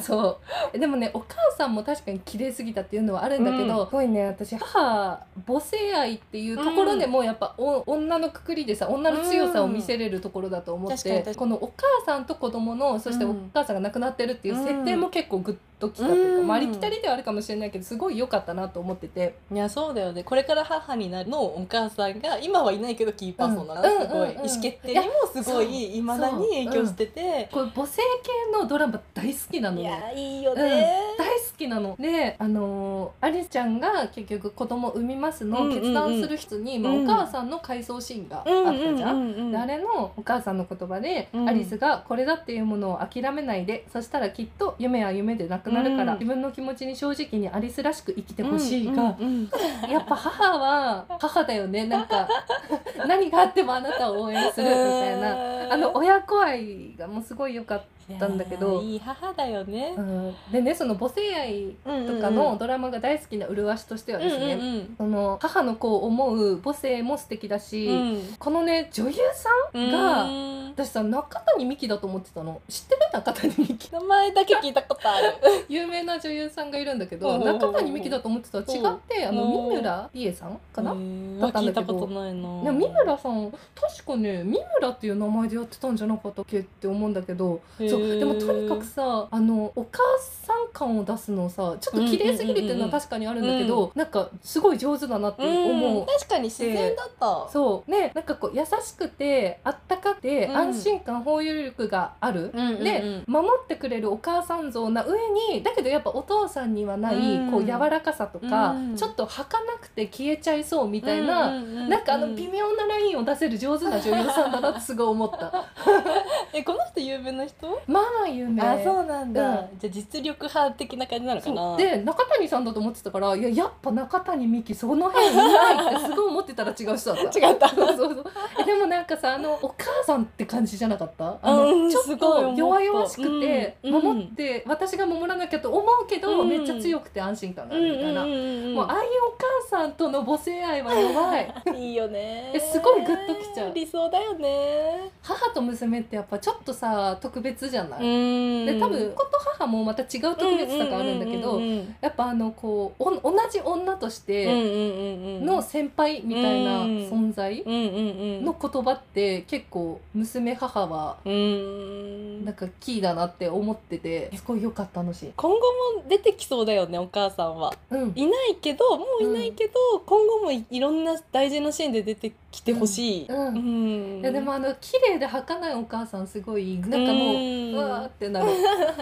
Speaker 1: そうでもねお母さんも確かに綺麗すぎたっていうのはあるんだけど、
Speaker 2: う
Speaker 1: すごいね私母母性愛っていうところでもうやっぱ、お女のくくりでさ女の強さを見せれるところだと思っ
Speaker 2: うん確
Speaker 1: て、
Speaker 2: かに確かに
Speaker 1: このお母さんと子供のそして
Speaker 2: う
Speaker 1: お
Speaker 2: ん
Speaker 1: 母さんが亡くなってるっていう設定も結構グッときたというか、
Speaker 2: うん
Speaker 1: まあ、ありきたりではあるかもしれないけどすごい良かったなと思ってて、
Speaker 2: いやそうだよねこれから母になるのお母さんが今はいないけどキーパーソンなの、
Speaker 1: うん
Speaker 2: すごい、
Speaker 1: うんうんうん
Speaker 2: 意思決定にもすごいいまだに影響してて、
Speaker 1: こう母性系のドラマ大好きなの
Speaker 2: い
Speaker 1: ね。
Speaker 2: やいいよ
Speaker 1: ね
Speaker 2: ね、
Speaker 1: 大好きなので、あのーアリちゃんが結局子供産みますの
Speaker 2: う
Speaker 1: を
Speaker 2: んうんうん
Speaker 1: 決断する人に、
Speaker 2: うん
Speaker 1: まあ、お母さんの回想シーンがあったじゃん。であれのお母さんの言葉で、
Speaker 2: うん
Speaker 1: アリスが「これだっていうものを諦めないでそしたらきっと夢は夢でなくなるから、
Speaker 2: うん
Speaker 1: 自分の気持ちに正直にアリスらしく生きて
Speaker 2: で
Speaker 1: ほしいが、やっぱ母は母だよねなんか (laughs) 何があってもあなたを応援するみたいな、あの親子愛がもうすごい良かっ
Speaker 2: った
Speaker 1: んだけど
Speaker 2: いい母だよね
Speaker 1: た、、でねその母性愛
Speaker 2: うん
Speaker 1: とかのドラマが大好きな麗しとしてはですね、
Speaker 2: うんうん
Speaker 1: その母の子を思う母性も素敵だし、
Speaker 2: うん
Speaker 1: このね女優さん
Speaker 2: うん
Speaker 1: が
Speaker 2: うん
Speaker 1: 私さ中谷美紀だと思ってたの知ってる中谷美紀 (laughs)
Speaker 2: 名前だけ聞いたことある
Speaker 1: 有名な女優さんがいるんだけ
Speaker 2: ほ
Speaker 1: ど
Speaker 2: うほうほうほう
Speaker 1: 中谷美紀だと思ってたら違ってあの
Speaker 2: ほう
Speaker 1: 三村理恵さんかな、
Speaker 2: へー
Speaker 1: だったん
Speaker 2: 聞
Speaker 1: だ
Speaker 2: いた
Speaker 1: けど
Speaker 2: ことないな
Speaker 1: でも三村さん確かね三村っていう名前でやってたんじゃなかったっけって思うんだけどそうでもとにかくさあのお母さん感を出すのさちょっと綺麗すぎるっていうのは確かにあるんだけど、
Speaker 2: うんう
Speaker 1: なんかすごい上手だなって思う。
Speaker 2: うん確かに自然だった
Speaker 1: そうねなんかこう優しくてあったかくて、
Speaker 2: うん
Speaker 1: 安心感包容力がある、
Speaker 2: うんうんうん
Speaker 1: で守ってくれるお母さん像な上にだけどやっぱお父さんにはない、
Speaker 2: うん
Speaker 1: こう柔らかさとか、
Speaker 2: うん
Speaker 1: ちょっと儚くて消えちゃいそうみたいな、
Speaker 2: うんうんうんうん
Speaker 1: なんかあの微妙なラインを出せる上手な女優さんだなってすごい思
Speaker 2: (laughs)
Speaker 1: った。
Speaker 2: えこの人有名な人
Speaker 1: まあ有名
Speaker 2: あそうなんだ、
Speaker 1: う
Speaker 2: じゃあ実力派的な感じなのか
Speaker 1: そ
Speaker 2: な
Speaker 1: うで中谷さんだと思ってたからいややっぱ中谷美紀その辺いないってすごい思ってたら違う人だった
Speaker 2: 違っ
Speaker 1: (laughs)
Speaker 2: た
Speaker 1: そうそうそうえでもなんかさあのお母さんって感じじゃなかったあの、
Speaker 2: うん
Speaker 1: ちょっ
Speaker 2: すごい思
Speaker 1: と
Speaker 2: った
Speaker 1: 弱々しくて、
Speaker 2: うんうん
Speaker 1: 守って私が守らなきゃと思うけど、
Speaker 2: うん
Speaker 1: めっちゃ強くて安心感が
Speaker 2: う
Speaker 1: あ
Speaker 2: ん
Speaker 1: る
Speaker 2: う
Speaker 1: みたい
Speaker 2: ん
Speaker 1: な、
Speaker 2: うんうん
Speaker 1: もうああいうお母さんとの母性愛は弱
Speaker 2: (laughs)
Speaker 1: い
Speaker 2: いいよね
Speaker 1: えすごいグッときちゃう
Speaker 2: 理想だよね
Speaker 1: 母と娘ってやっぱちょっとさ特別じゃない、
Speaker 2: ん
Speaker 1: で多分子と母もまた違う特別さがあるんだけど、
Speaker 2: うんうん
Speaker 1: やっぱあのこうお同じ女とし
Speaker 2: うんうん
Speaker 1: て
Speaker 2: うんうん
Speaker 1: の先輩みたいな
Speaker 2: うん
Speaker 1: 存在
Speaker 2: うんうんうん
Speaker 1: の言葉って結構娘母は
Speaker 2: うん
Speaker 1: なんかキーだなって思っててすごい良かったあのシーン。
Speaker 2: 今後も出てきそうだよねお母さんは
Speaker 1: うん
Speaker 2: いないけどもういないけど、今後もいろんな大事なシーンで出てきてほしい、
Speaker 1: うんうん
Speaker 2: ん
Speaker 1: いやでもあの綺麗で儚いお母さんすごいなんかもううわーってなる (laughs)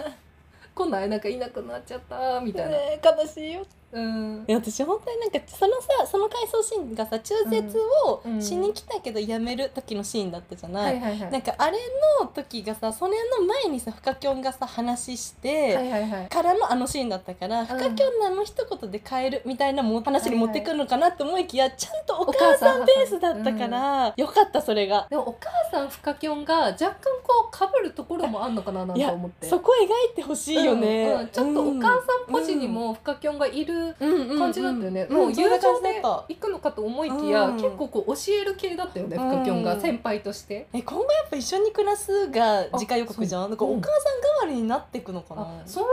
Speaker 1: こんなんなんかいなくなっちゃったみたいな、
Speaker 2: ねえ悲しいよ
Speaker 1: うん
Speaker 2: い、や私本当になんかそのさその回想シーンがさ中絶を
Speaker 1: うん
Speaker 2: しに来たけどやめる時のシーンだったじゃない、
Speaker 1: はいはいはい
Speaker 2: なんかあれの時がさそれの前にさフカキョンがさ話して、
Speaker 1: はいはいはい
Speaker 2: からのあのシーンだったから、フカキョンのあの一言で変えるみたいなも話に持ってくるのかなって思いきや、ちゃんとお母さんベースだったから、よかったそれが。
Speaker 1: でもお母さんフカキョンが若干こうかぶるところもあんのかななん
Speaker 2: い
Speaker 1: て
Speaker 2: や
Speaker 1: 思って
Speaker 2: そこ描いてほしいよね、
Speaker 1: うんうんちょっとお母さんポジにもフカキョンがいる
Speaker 2: うん
Speaker 1: 感じだったよね、
Speaker 2: うん
Speaker 1: もう友情で行くのかと思いきや、
Speaker 2: うん
Speaker 1: 結構こう教える系だったよね、フカキョン
Speaker 2: う
Speaker 1: が
Speaker 2: ん
Speaker 1: 先輩として。
Speaker 2: え今後やっぱ一緒に暮らすが次回予告じゃんなんかお母さんりになっていくのかな
Speaker 1: あそういう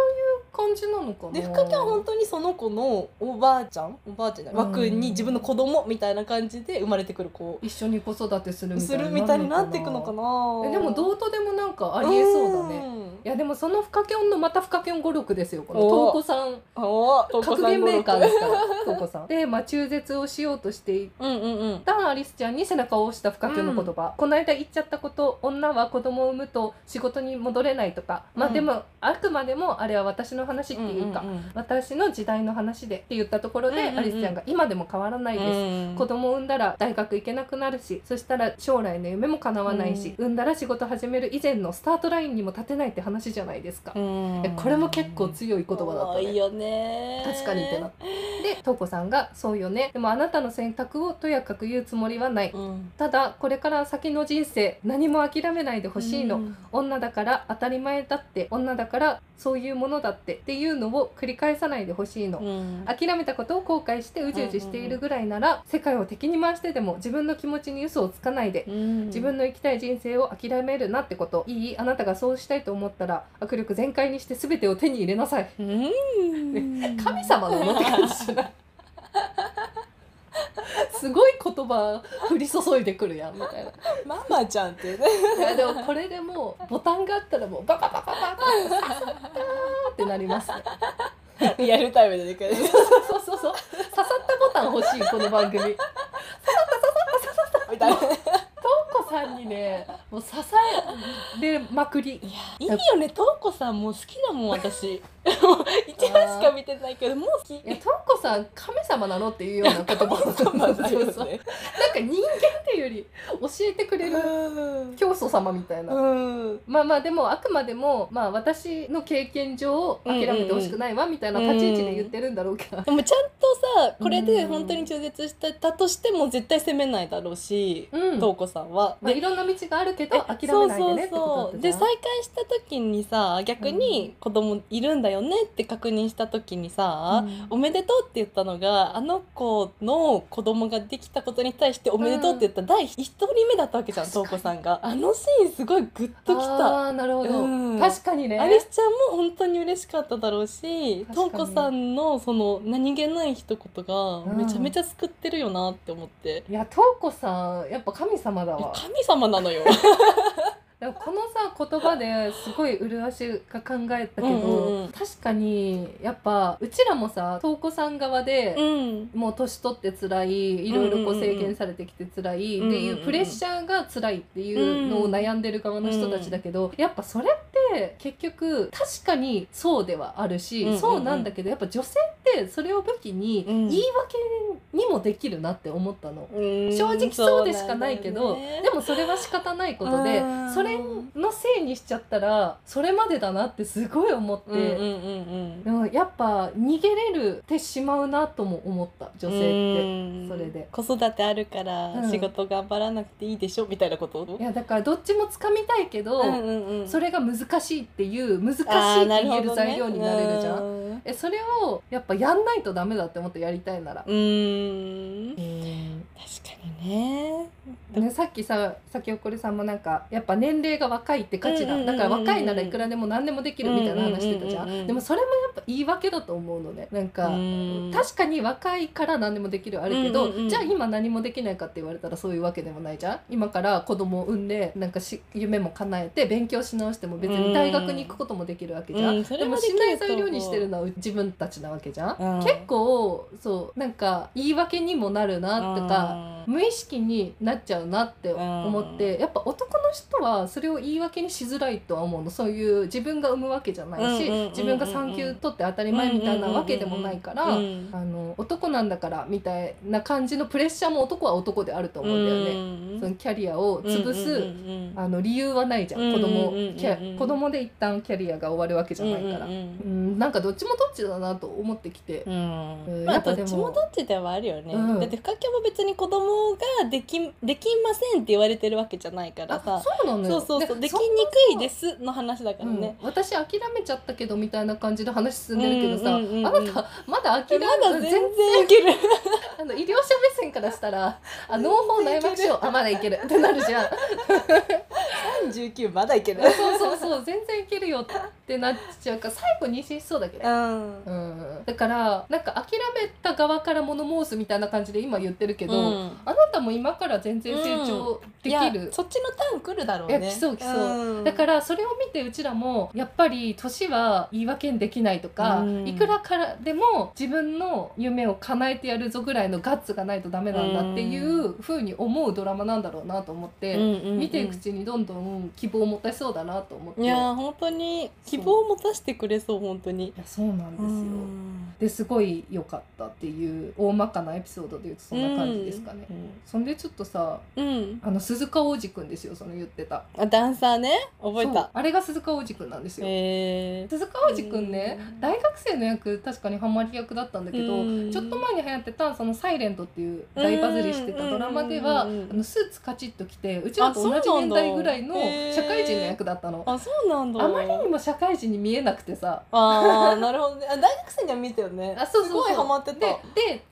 Speaker 1: 感じなのかな
Speaker 2: で深きは本当にその子のおばあちゃんおばあちゃんじゃない
Speaker 1: うん
Speaker 2: 枠に自分の子供みたいな感じで生まれてくる子
Speaker 1: 一緒に子育てするみた
Speaker 2: す
Speaker 1: い
Speaker 2: る
Speaker 1: に
Speaker 2: みたいになっていくのかな
Speaker 1: えでもどうとでもなんかありえそうだね
Speaker 2: ん
Speaker 1: いやでもその深き音のまた深き音語録ですよこの
Speaker 2: お
Speaker 1: 東子さん
Speaker 2: おー
Speaker 1: 格言メーカーですから東子さん
Speaker 2: (laughs)
Speaker 1: で、まあ、中絶をしようとしてい
Speaker 2: うんうんうん
Speaker 1: たアリスちゃんに背中を押した深き音の言葉、この間言っちゃったこと女は子供を産むと仕事に戻れないとかまあ
Speaker 2: うん
Speaker 1: でも、あくまでもあれは私の話っていうか、
Speaker 2: んんん
Speaker 1: 私の時代の話でって言ったところで、
Speaker 2: うんうんうん
Speaker 1: アリスちゃんが今でも変わらないです、
Speaker 2: うん
Speaker 1: 子供を産んだら大学行けなくなるしそしたら将来の夢も叶わないし、
Speaker 2: うん
Speaker 1: 産んだら仕事始める以前のスタートラインにも立てないって話じゃないですか、
Speaker 2: うん
Speaker 1: えこれも結構強い言葉だった
Speaker 2: 多い
Speaker 1: ね
Speaker 2: よね
Speaker 1: 確かにってなってで瞳子さんが「そうよねでもあなたの選択をとやかく言うつもりはない」
Speaker 2: うん
Speaker 1: ただこれから先の人生何も諦めないでほしいの、
Speaker 2: うん
Speaker 1: 女だから当たり前だって女だからそういうものだってっていうのを繰り返さないでほしいの、
Speaker 2: うん
Speaker 1: 諦めたことを後悔してうじうじしているぐらいなら、世界を敵に回してでも自分の気持ちに嘘をつかないで、
Speaker 2: うん
Speaker 1: 自分の生きたい人生を諦めるなってこといいあなたがそうしたいと思ったら握力全開にして全てを手に入れなさい
Speaker 2: うん
Speaker 1: 神様だなって感じしない (laughs) すごい言葉降り注いでくるやんみたいな
Speaker 2: ママちゃんってね
Speaker 1: いやでもこれでもうボタンがあったらもうババババババってなりますね
Speaker 2: リアルタイムでできる
Speaker 1: そうそうそう刺さったボタン欲しいこの番組と
Speaker 2: みたいな
Speaker 1: うこさんにねもう刺されまくり
Speaker 2: いいよね、とうこさんもう好きだもん、 (laughs) 私。もう一話しか見てないけど、もう好き。
Speaker 1: いやとうこさん神様なのっていうような言葉を
Speaker 2: そうなんだよ
Speaker 1: そうそう
Speaker 2: ね。
Speaker 1: なんか人間っていうより教えてくれる
Speaker 2: うん
Speaker 1: 教祖様みたいな、
Speaker 2: うん。
Speaker 1: まあまあでもあくまでも、まあ、私の経験上諦めてほしくないわみたいな立ち位置で言ってるんだろうけど、
Speaker 2: でもちゃんとさ、これで本当に中絶してたとしても絶対責めないだろうし、
Speaker 1: うん
Speaker 2: とうこさんは。
Speaker 1: まあ、い
Speaker 2: で
Speaker 1: ろんな道があるけど諦めないでねって
Speaker 2: そうそ
Speaker 1: こ
Speaker 2: うそ
Speaker 1: と
Speaker 2: う
Speaker 1: だ
Speaker 2: で
Speaker 1: った
Speaker 2: 再
Speaker 1: じゃん
Speaker 2: 会した時にさ逆に子供いるんだよねって確認した時にさ、
Speaker 1: うん
Speaker 2: おめでとうって言ったのがあの子の子供ができたことに対しておめでとうって言った第一人目だったわけじゃん
Speaker 1: 確か
Speaker 2: 瞳
Speaker 1: に
Speaker 2: 子さんがあのシーンすごいグッときた
Speaker 1: あーなるほど、
Speaker 2: うん
Speaker 1: 確かにね
Speaker 2: アリスちゃんも本当に嬉しかっただろうし
Speaker 1: 確か
Speaker 2: 瞳
Speaker 1: に
Speaker 2: 子さんのその何気ない一言がめちゃめちゃ救ってるよなって思って、
Speaker 1: いやとうこさんやっぱ神様だわ
Speaker 2: 神様なの
Speaker 1: (laughs)
Speaker 2: よ
Speaker 1: でもこのさ言葉ですごい麗しが考えたけど、
Speaker 2: うんうんうん
Speaker 1: 確かにやっぱうちらもさとうこさん側で、
Speaker 2: うん
Speaker 1: もう年取って辛いいろいろこう制限されてきて辛いってい
Speaker 2: うんうんう
Speaker 1: うんプレッシャーが辛いっていうのを悩んでる側の人たちだけどやっぱそれって結局確かにそうではある
Speaker 2: うんうんう
Speaker 1: し
Speaker 2: ん
Speaker 1: そうなんだけどやっぱ女性ってそれを武器に
Speaker 2: うん
Speaker 1: 言い訳にもできるなって思ったの。正
Speaker 2: 正
Speaker 1: 直そうでしかないけど、でもそれは仕方ないことで
Speaker 2: うん
Speaker 1: それのせいにしちゃったらそれまでだなってすごい思って。
Speaker 2: うんうんうん
Speaker 1: でもやっぱ逃げれるてしまうなとも思った女性って。
Speaker 2: 性
Speaker 1: それで
Speaker 2: 子育てあるか
Speaker 1: う
Speaker 2: ら
Speaker 1: ん
Speaker 2: 仕事頑張らなくていいでしょみたいなこと
Speaker 1: いやだからどっちも掴みたいけど、
Speaker 2: うんうんうん
Speaker 1: それが難しいっていう難しい
Speaker 2: あ
Speaker 1: って
Speaker 2: ーなる
Speaker 1: 言
Speaker 2: ほ
Speaker 1: える
Speaker 2: どね
Speaker 1: 材料になれるじゃん。
Speaker 2: うん
Speaker 1: えそれをやっぱやんないとダメだって思ってやりたいなら。
Speaker 2: うーん
Speaker 1: ね、
Speaker 2: 確かにね
Speaker 1: さっきさ先ほこりさんもなんかやっぱ年齢が若いって価値だ、
Speaker 2: うんうんうんう
Speaker 1: だ
Speaker 2: ん
Speaker 1: から若いならいくらでも何でもできるみたいな話してたじゃん,、
Speaker 2: うんうんうんうん
Speaker 1: でもそれもやっぱ言い訳だと思うのねなんか、
Speaker 2: うん
Speaker 1: 確かに若いから何でもできるはあるけど、
Speaker 2: うんうんうん
Speaker 1: じゃあ今何もできないかって言われたらそういうわけでもないじゃん今から子供を産んでなんかし夢も叶えて勉強し直しても別に大学に行くこともできるわけじゃん、
Speaker 2: うんそれ
Speaker 1: でも
Speaker 2: はでき
Speaker 1: し
Speaker 2: ると
Speaker 1: な
Speaker 2: 思
Speaker 1: いう材料にしてるのは自分たちなわけじゃん、
Speaker 2: うん
Speaker 1: 結構そうなんか言い訳にもなるなとか、
Speaker 2: うん
Speaker 1: 無意識になっちゃうなって思って、やっぱ男の人はそれを言い訳にしづらいとは思うのそういう自分が産むわけじゃないし、
Speaker 2: うんうんうんうん
Speaker 1: 自分が産休取って当たり前みたいなわけでもないから、
Speaker 2: うん
Speaker 1: あの男なんだからみたいな感じのプレッシャーも男は男であると思うんだよね。
Speaker 2: うん
Speaker 1: そのキャリアを潰す、
Speaker 2: うんうんうん
Speaker 1: あの理由はないじゃん、
Speaker 2: うん
Speaker 1: 子供、
Speaker 2: うんうんうん
Speaker 1: キャ子供で一旦キャリアが終わるわけじゃないから、
Speaker 2: う
Speaker 1: うんん
Speaker 2: うん
Speaker 1: なんかどっちもどっちだなと思ってきて、
Speaker 2: うん
Speaker 1: うん
Speaker 2: ま
Speaker 1: や
Speaker 2: あ
Speaker 1: っぱ
Speaker 2: どっ
Speaker 1: でも
Speaker 2: ちもどっちではあるよね、
Speaker 1: うん
Speaker 2: だって深きも別に子供ができできませんって言われてるわけじゃないから
Speaker 1: あ
Speaker 2: さ
Speaker 1: そうなの
Speaker 2: そ
Speaker 1: よ
Speaker 2: うそうそうできにくいですの話だか
Speaker 1: う
Speaker 2: ら
Speaker 1: ん
Speaker 2: ね、
Speaker 1: 私諦めちゃったけどみたいな感じで話進んでるけどさ、
Speaker 2: うんうんうんうん
Speaker 1: あなたまだ諦
Speaker 2: え
Speaker 1: め
Speaker 2: まだ全
Speaker 1: (laughs) 全
Speaker 2: 然いける
Speaker 1: あの医療者目線からしたら「あ脳胞内膜症あまだいける」ってなるじゃん
Speaker 2: 39まだいける
Speaker 1: そうそうそう全然いけるよってなっちゃうから最後妊娠しそうだけど
Speaker 2: う。ん
Speaker 1: うん、だからなんか諦めた側から物申すみたいな感じで今言ってるけど、
Speaker 2: うん
Speaker 1: あなたも今から全然成長でき
Speaker 2: いや
Speaker 1: る、
Speaker 2: そっちのターン来るだろう
Speaker 1: いや
Speaker 2: ね
Speaker 1: 来そう来そ
Speaker 2: ん
Speaker 1: だからそれを見てうちらもやっぱり年は言い訳にできないとか、
Speaker 2: うん
Speaker 1: いくらからでも自分の夢を叶えてやるぞぐらいのガッツがないとダメなんだっていうふうに思うドラマなんだろうなと思って、
Speaker 2: うんうんうん
Speaker 1: 見ていくうちにどんどん希望を持たせそうだなと思って
Speaker 2: いやー本当に希望を持たせてくれそう本当に
Speaker 1: いやそうなんですよ。
Speaker 2: うん
Speaker 1: ですごい良かったっていう大まかなエピソードで言うとそんな感じですかね。
Speaker 2: うん
Speaker 1: そんでちょっとさ
Speaker 2: うん
Speaker 1: あの鈴鹿央士くんですよその言ってた
Speaker 2: あダンサーね覚え
Speaker 1: そう
Speaker 2: た
Speaker 1: あれが鈴鹿央士くんなんですよ、
Speaker 2: え
Speaker 1: 鈴鹿央士くんね
Speaker 2: うん
Speaker 1: 大学生の役確かにハマり役だったんだけど、
Speaker 2: うん
Speaker 1: ちょっと前に流行ってた「そのサイレントっていう大バズりしてたドラマでは、
Speaker 2: うんうんうんうん
Speaker 1: あのスーツカチッと着てうちらと同
Speaker 2: あ
Speaker 1: じ
Speaker 2: そうな
Speaker 1: 年
Speaker 2: んだ
Speaker 1: 代ぐらいの
Speaker 2: へー
Speaker 1: 社会人の役だったの。
Speaker 2: あそうなんだ
Speaker 1: あまりにも社会人に見えなくてさ
Speaker 2: あーなるほどねあ大学生には見たよね
Speaker 1: あそうそうそう
Speaker 2: すごいハマって
Speaker 1: で
Speaker 2: た
Speaker 1: で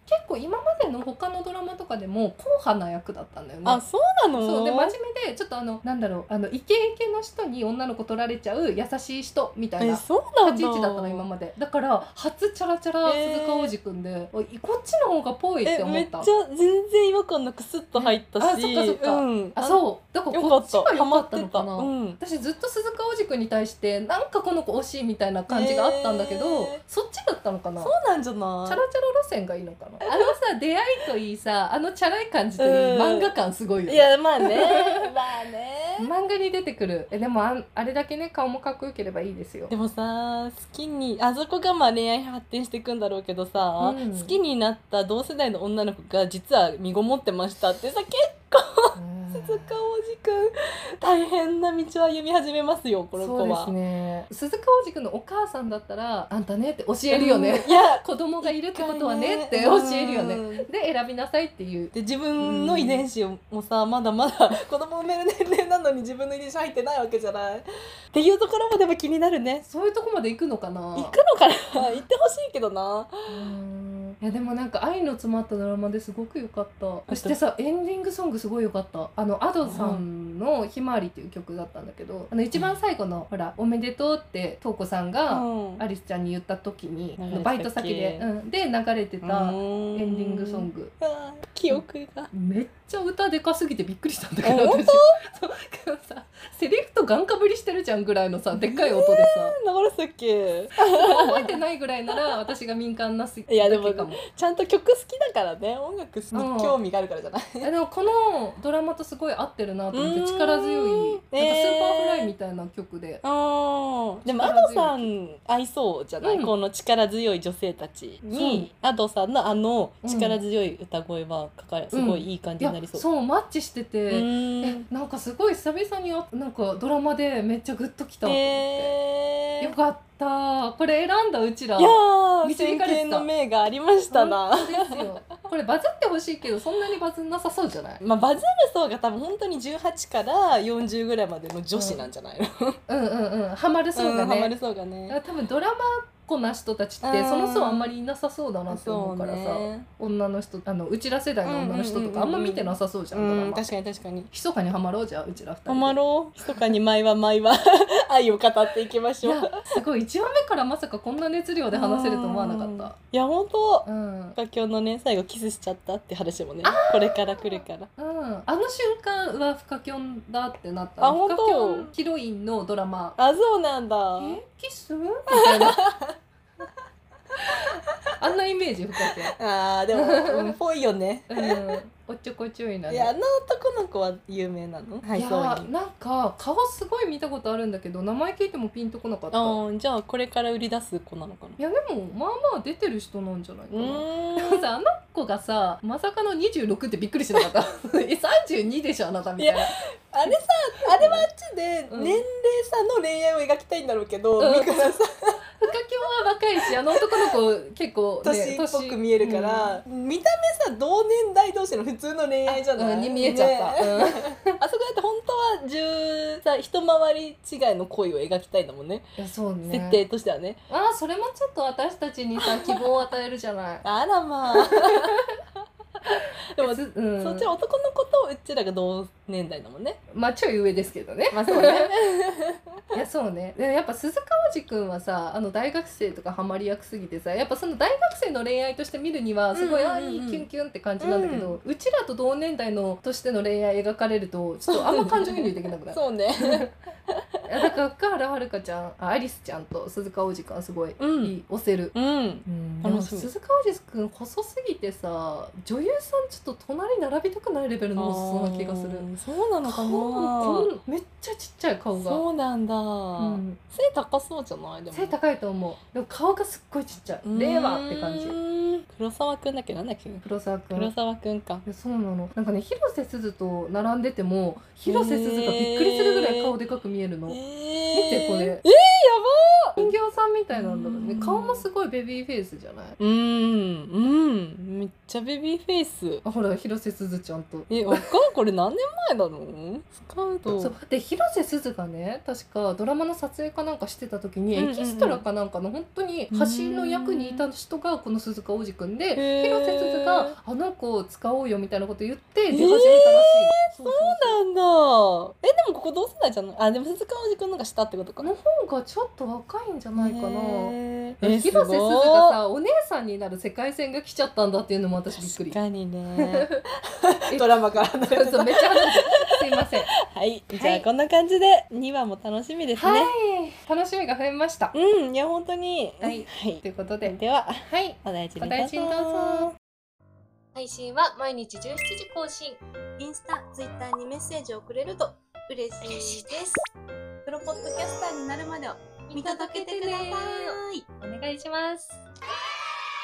Speaker 1: 結構今までの他のドラマとかでも硬派な役だったんだよね。
Speaker 2: あそうなの
Speaker 1: そうで真面目でちょっとあのなんだろうあのイケイケの人に女の子取られちゃう優しい人みたい
Speaker 2: え
Speaker 1: な。
Speaker 2: そうなんだ
Speaker 1: 立ち位置だったの今までだから初チャラチャラ鈴鹿央士くんで、おいこっちの方がぽいって
Speaker 2: え
Speaker 1: 思
Speaker 2: め
Speaker 1: っ
Speaker 2: っち
Speaker 1: た
Speaker 2: ゃ全然違和感なくスッと入ったし、
Speaker 1: あそっかそっか
Speaker 2: うん、
Speaker 1: あそうだから
Speaker 2: よか
Speaker 1: こっ
Speaker 2: っ
Speaker 1: ちが
Speaker 2: たハ
Speaker 1: 良か
Speaker 2: マ
Speaker 1: っ
Speaker 2: ったて
Speaker 1: の
Speaker 2: た
Speaker 1: かな
Speaker 2: うん
Speaker 1: 私ずっと鈴鹿央士くんに対してなんかこの子惜しいみたいな感じがあったんだけど、
Speaker 2: えー
Speaker 1: そっちだったのかな
Speaker 2: そ
Speaker 1: チ
Speaker 2: うなんじゃな
Speaker 1: ャ
Speaker 2: い
Speaker 1: ラチャラ路線がいいのかなあのさ出会いといいさあのチャラい感じといい
Speaker 2: うん
Speaker 1: 漫画感すごいよね
Speaker 2: いやまあね (laughs) まあね
Speaker 1: 漫画に出てくるえでもあんあれだけね顔もかっこよければいいですよ
Speaker 2: でもさ好きにあそこがまあ恋愛に発展していくんだろうけどさ、
Speaker 1: うん
Speaker 2: 好きになった同世代の女の子が実は身ごもってましたってさ結
Speaker 1: うん
Speaker 2: 構塚おじくん大変な道を歩み始めますよこの
Speaker 1: そう
Speaker 2: 子
Speaker 1: で
Speaker 2: は。
Speaker 1: すね鈴鹿央士くんのお母さんだったらあんたねって教えるよね、
Speaker 2: うんいや
Speaker 1: 子供がいるってことはねって教えるよね、
Speaker 2: うん
Speaker 1: で選びなさいっていう
Speaker 2: で自分の遺伝子もさまだまだ (laughs) 子供産める年齢なのに自分の遺伝子入ってないわけじゃないっていうところもでも気になるね
Speaker 1: そういうとこまで行くのかな
Speaker 2: 行くのかな (laughs) 行ってほしいけどな
Speaker 1: うんいやでもなんか愛の詰まったドラマですごく良かったそしてさエンディングソングすごい良かったあの Ado さんの「ひまわり」っていう曲だったんだけどあの一番最後のほら「おめでとう」って瞳子さんが
Speaker 2: うん
Speaker 1: アリスちゃんに言った時に
Speaker 2: 流れてたっけ
Speaker 1: バイト先で、うん、で流れてたエ
Speaker 2: エ
Speaker 1: ンディングソング
Speaker 2: 記憶が
Speaker 1: めっちゃ歌でかすぎてびっくりしたんだけ
Speaker 2: え
Speaker 1: ど
Speaker 2: 本
Speaker 1: 私そうなんかさセリフとガンかぶりしてるじゃんぐらいのさでっかい音でさ、
Speaker 2: 流れてたっけ
Speaker 1: 覚えてないぐらいなら私が敏感なす
Speaker 2: いやでも
Speaker 1: だけかも
Speaker 2: ちゃんと曲好きだからね音楽に興味があるからじゃない
Speaker 1: えでもこのドラマとすごい合ってるなと思っ
Speaker 2: うー
Speaker 1: て
Speaker 2: ん
Speaker 1: 力強いなんかス
Speaker 2: えー
Speaker 1: ーパーフライみたいな曲で、
Speaker 2: でも
Speaker 1: 力強い
Speaker 2: アドさん合いそうじゃない、
Speaker 1: うん
Speaker 2: この力強い女性たちにアドさんのあの力強い歌声はかかる、すごいいい感
Speaker 1: い
Speaker 2: じにな
Speaker 1: や
Speaker 2: りそう。
Speaker 1: そうマッチしてて、
Speaker 2: う
Speaker 1: え
Speaker 2: ん
Speaker 1: なんかすごい久々にあなんかドラマでめっちゃグッときた、
Speaker 2: えー
Speaker 1: よかったこれ選んだうちら
Speaker 2: いやー
Speaker 1: 導
Speaker 2: 先
Speaker 1: かれてた
Speaker 2: 見の明がありましたな。
Speaker 1: 本当ですよこれバズってほしいけどそんなにバズんなさそうじゃない
Speaker 2: まあ、バズる層が多分本当に18から40ぐらいまでの女子なんじゃないの、
Speaker 1: うんうんうんハマるそうだ
Speaker 2: んハマる
Speaker 1: ね、
Speaker 2: 層が
Speaker 1: だ
Speaker 2: ね
Speaker 1: から多分ドラマっ子な人たちって
Speaker 2: うん
Speaker 1: その層あんまりいなさそうだなって思
Speaker 2: そうう
Speaker 1: からさ、
Speaker 2: ね
Speaker 1: 女の人あのうちら世代の女の人とかあ
Speaker 2: うんんうんうんうん
Speaker 1: ま見てなさそうじゃん,、ド
Speaker 2: う
Speaker 1: ラ
Speaker 2: ん
Speaker 1: マ
Speaker 2: 確かに確かに
Speaker 1: 密かにハマろうじゃあうちら二人で
Speaker 2: ハマろう密かに毎は毎は (laughs) 愛を語っていきまし
Speaker 1: い
Speaker 2: ょ
Speaker 1: や
Speaker 2: う
Speaker 1: すごい1話目からまさかこんな熱量で話せると思わなかった
Speaker 2: いや本当
Speaker 1: うん、うん、
Speaker 2: 今日のね最後キスしちゃったって話もねこれから来るから
Speaker 1: あの瞬間うわフカキョンだってなった
Speaker 2: あ本当
Speaker 1: フカキョンヒロインのドラマ
Speaker 2: あそうなんだ
Speaker 1: えキスみたいな (laughs) あんなイメージ深くて、
Speaker 2: あーでも (laughs) うんぽいよね
Speaker 1: うん、おっちょこちょいなの
Speaker 2: いやあの男の子は有名なのはいい
Speaker 1: や
Speaker 2: そう
Speaker 1: ーなんか顔すごい見たことあるんだけど名前聞いてもピンとこなかったい
Speaker 2: あじゃあこれから売り出す子なのか
Speaker 1: や
Speaker 2: な
Speaker 1: でもまあまあ出てる人なんじゃないか
Speaker 2: う
Speaker 1: な
Speaker 2: ー
Speaker 1: でも
Speaker 2: ん
Speaker 1: さあの子がさまさかの26ってびっくりしなかった
Speaker 2: (laughs)
Speaker 1: え32でしょあなたみたいな
Speaker 2: あれさあれはあっちで年
Speaker 1: うん
Speaker 2: 齢差の恋愛を描きたいんだろうけど、
Speaker 1: うん
Speaker 2: ミクラさん
Speaker 1: 深京は若いしあの男の子結構、ね、
Speaker 2: 年っぽく見えるから、見た目さ同年代同士の普通の恋愛じゃ
Speaker 1: 年、
Speaker 2: ない、
Speaker 1: うんに見えちゃった、
Speaker 2: ね
Speaker 1: うん
Speaker 2: あそこだって本当は10さ一回り違いの恋を描きたいんだもんね
Speaker 1: いやそうね
Speaker 2: 設定としてはね (laughs)
Speaker 1: あーそれもちょっと私たちにさ希望を与えるじゃない
Speaker 2: あらまあでも、
Speaker 1: つうん
Speaker 2: そっちは男の子とうちらが同年代だもんね。
Speaker 1: まあちょい上ですけどね
Speaker 2: まあそうね。
Speaker 1: いやそうねでやっぱ鈴川路くんはさあの大学生とかハマり役すぎてさやっぱその大学生の恋愛として見るにはすごい、
Speaker 2: うんうん
Speaker 1: ああ
Speaker 2: うんうん
Speaker 1: いいキュンキュンって感じなんだけど、うちらと同年代のとしての恋愛描かれるとちょっとあんま感情移入できなくなる
Speaker 2: (laughs) (laughs) そうね。
Speaker 1: いやだから福原遥ちゃんあアリスちゃんと鈴川路くんはすごい、
Speaker 2: うん
Speaker 1: いい押せる。
Speaker 2: うん。
Speaker 1: うん、
Speaker 2: 楽
Speaker 1: でも
Speaker 2: しみ
Speaker 1: 鈴川路くん細すぎてさ女優さんちょっと隣並びたくないレベルの細そうな気がする
Speaker 2: あー。そうなのか
Speaker 1: 顔も
Speaker 2: な。
Speaker 1: こんめっちゃちっちゃい顔が。
Speaker 2: そうなんだ。
Speaker 1: うん
Speaker 2: 背高そうじゃないでも。
Speaker 1: 背高いと思うでも顔がすっごいちっちゃいう
Speaker 2: ーん
Speaker 1: 令和って感じ
Speaker 2: 黒沢くんだっけなんだっけ
Speaker 1: 黒沢くん
Speaker 2: 黒沢くんか
Speaker 1: いやそうなのなんかね広瀬すずと並んでても広瀬すずがびっくりするぐらい顔でかく見える
Speaker 2: え
Speaker 1: の、見
Speaker 2: て
Speaker 1: てこれ
Speaker 2: やば
Speaker 1: 人形さんみたいなんだろうね
Speaker 2: うん
Speaker 1: 顔もすごいベビーフェイスじゃない
Speaker 2: うんうんめっちゃベビーフェイス
Speaker 1: あほら広瀬すずちゃんと
Speaker 2: えわかんこれ何年前だろうスカウ
Speaker 1: そ
Speaker 2: ト
Speaker 1: うで広瀬すずがね確かドラマの撮影かなんかしてた時に、
Speaker 2: うんうんうん
Speaker 1: エキストラかなんかの本当に橋の役にいた人がこの鈴鹿央士くんで、
Speaker 2: へー
Speaker 1: 広瀬すずがあの子を使おうよみたいなこと言って出始めたらしい、そうそうそう
Speaker 2: なんだえでもここ同世代じゃないあでも鈴鹿おじくんのが下ってことか
Speaker 1: の方がちょっと若いんじゃないかな。
Speaker 2: へーえ
Speaker 1: 広瀬すずが
Speaker 2: さ
Speaker 1: さお姉さんになる世界線が来ちゃったんだっていうのも私びっく
Speaker 2: 確
Speaker 1: り。
Speaker 2: かにね
Speaker 1: (laughs) え
Speaker 2: ドラマから離れて
Speaker 1: そ
Speaker 2: た
Speaker 1: うめっちゃ話したすい
Speaker 2: (laughs)
Speaker 1: ません。は
Speaker 2: はいじ
Speaker 1: は
Speaker 2: ゃあ
Speaker 1: い
Speaker 2: こんな感じで2話も楽しみですね
Speaker 1: い楽しみが増えました。
Speaker 2: うんいや本当に
Speaker 1: はい
Speaker 2: はい
Speaker 1: ということで、
Speaker 2: では
Speaker 1: はい
Speaker 2: お大事
Speaker 1: お
Speaker 2: に
Speaker 1: 大事にどうぞ。
Speaker 3: 配信は毎日17時更新。インスタ、ツイッターにメッセージをくれると嬉しいです。プロポッドキャスターになるまでを見届けてください。お願いします。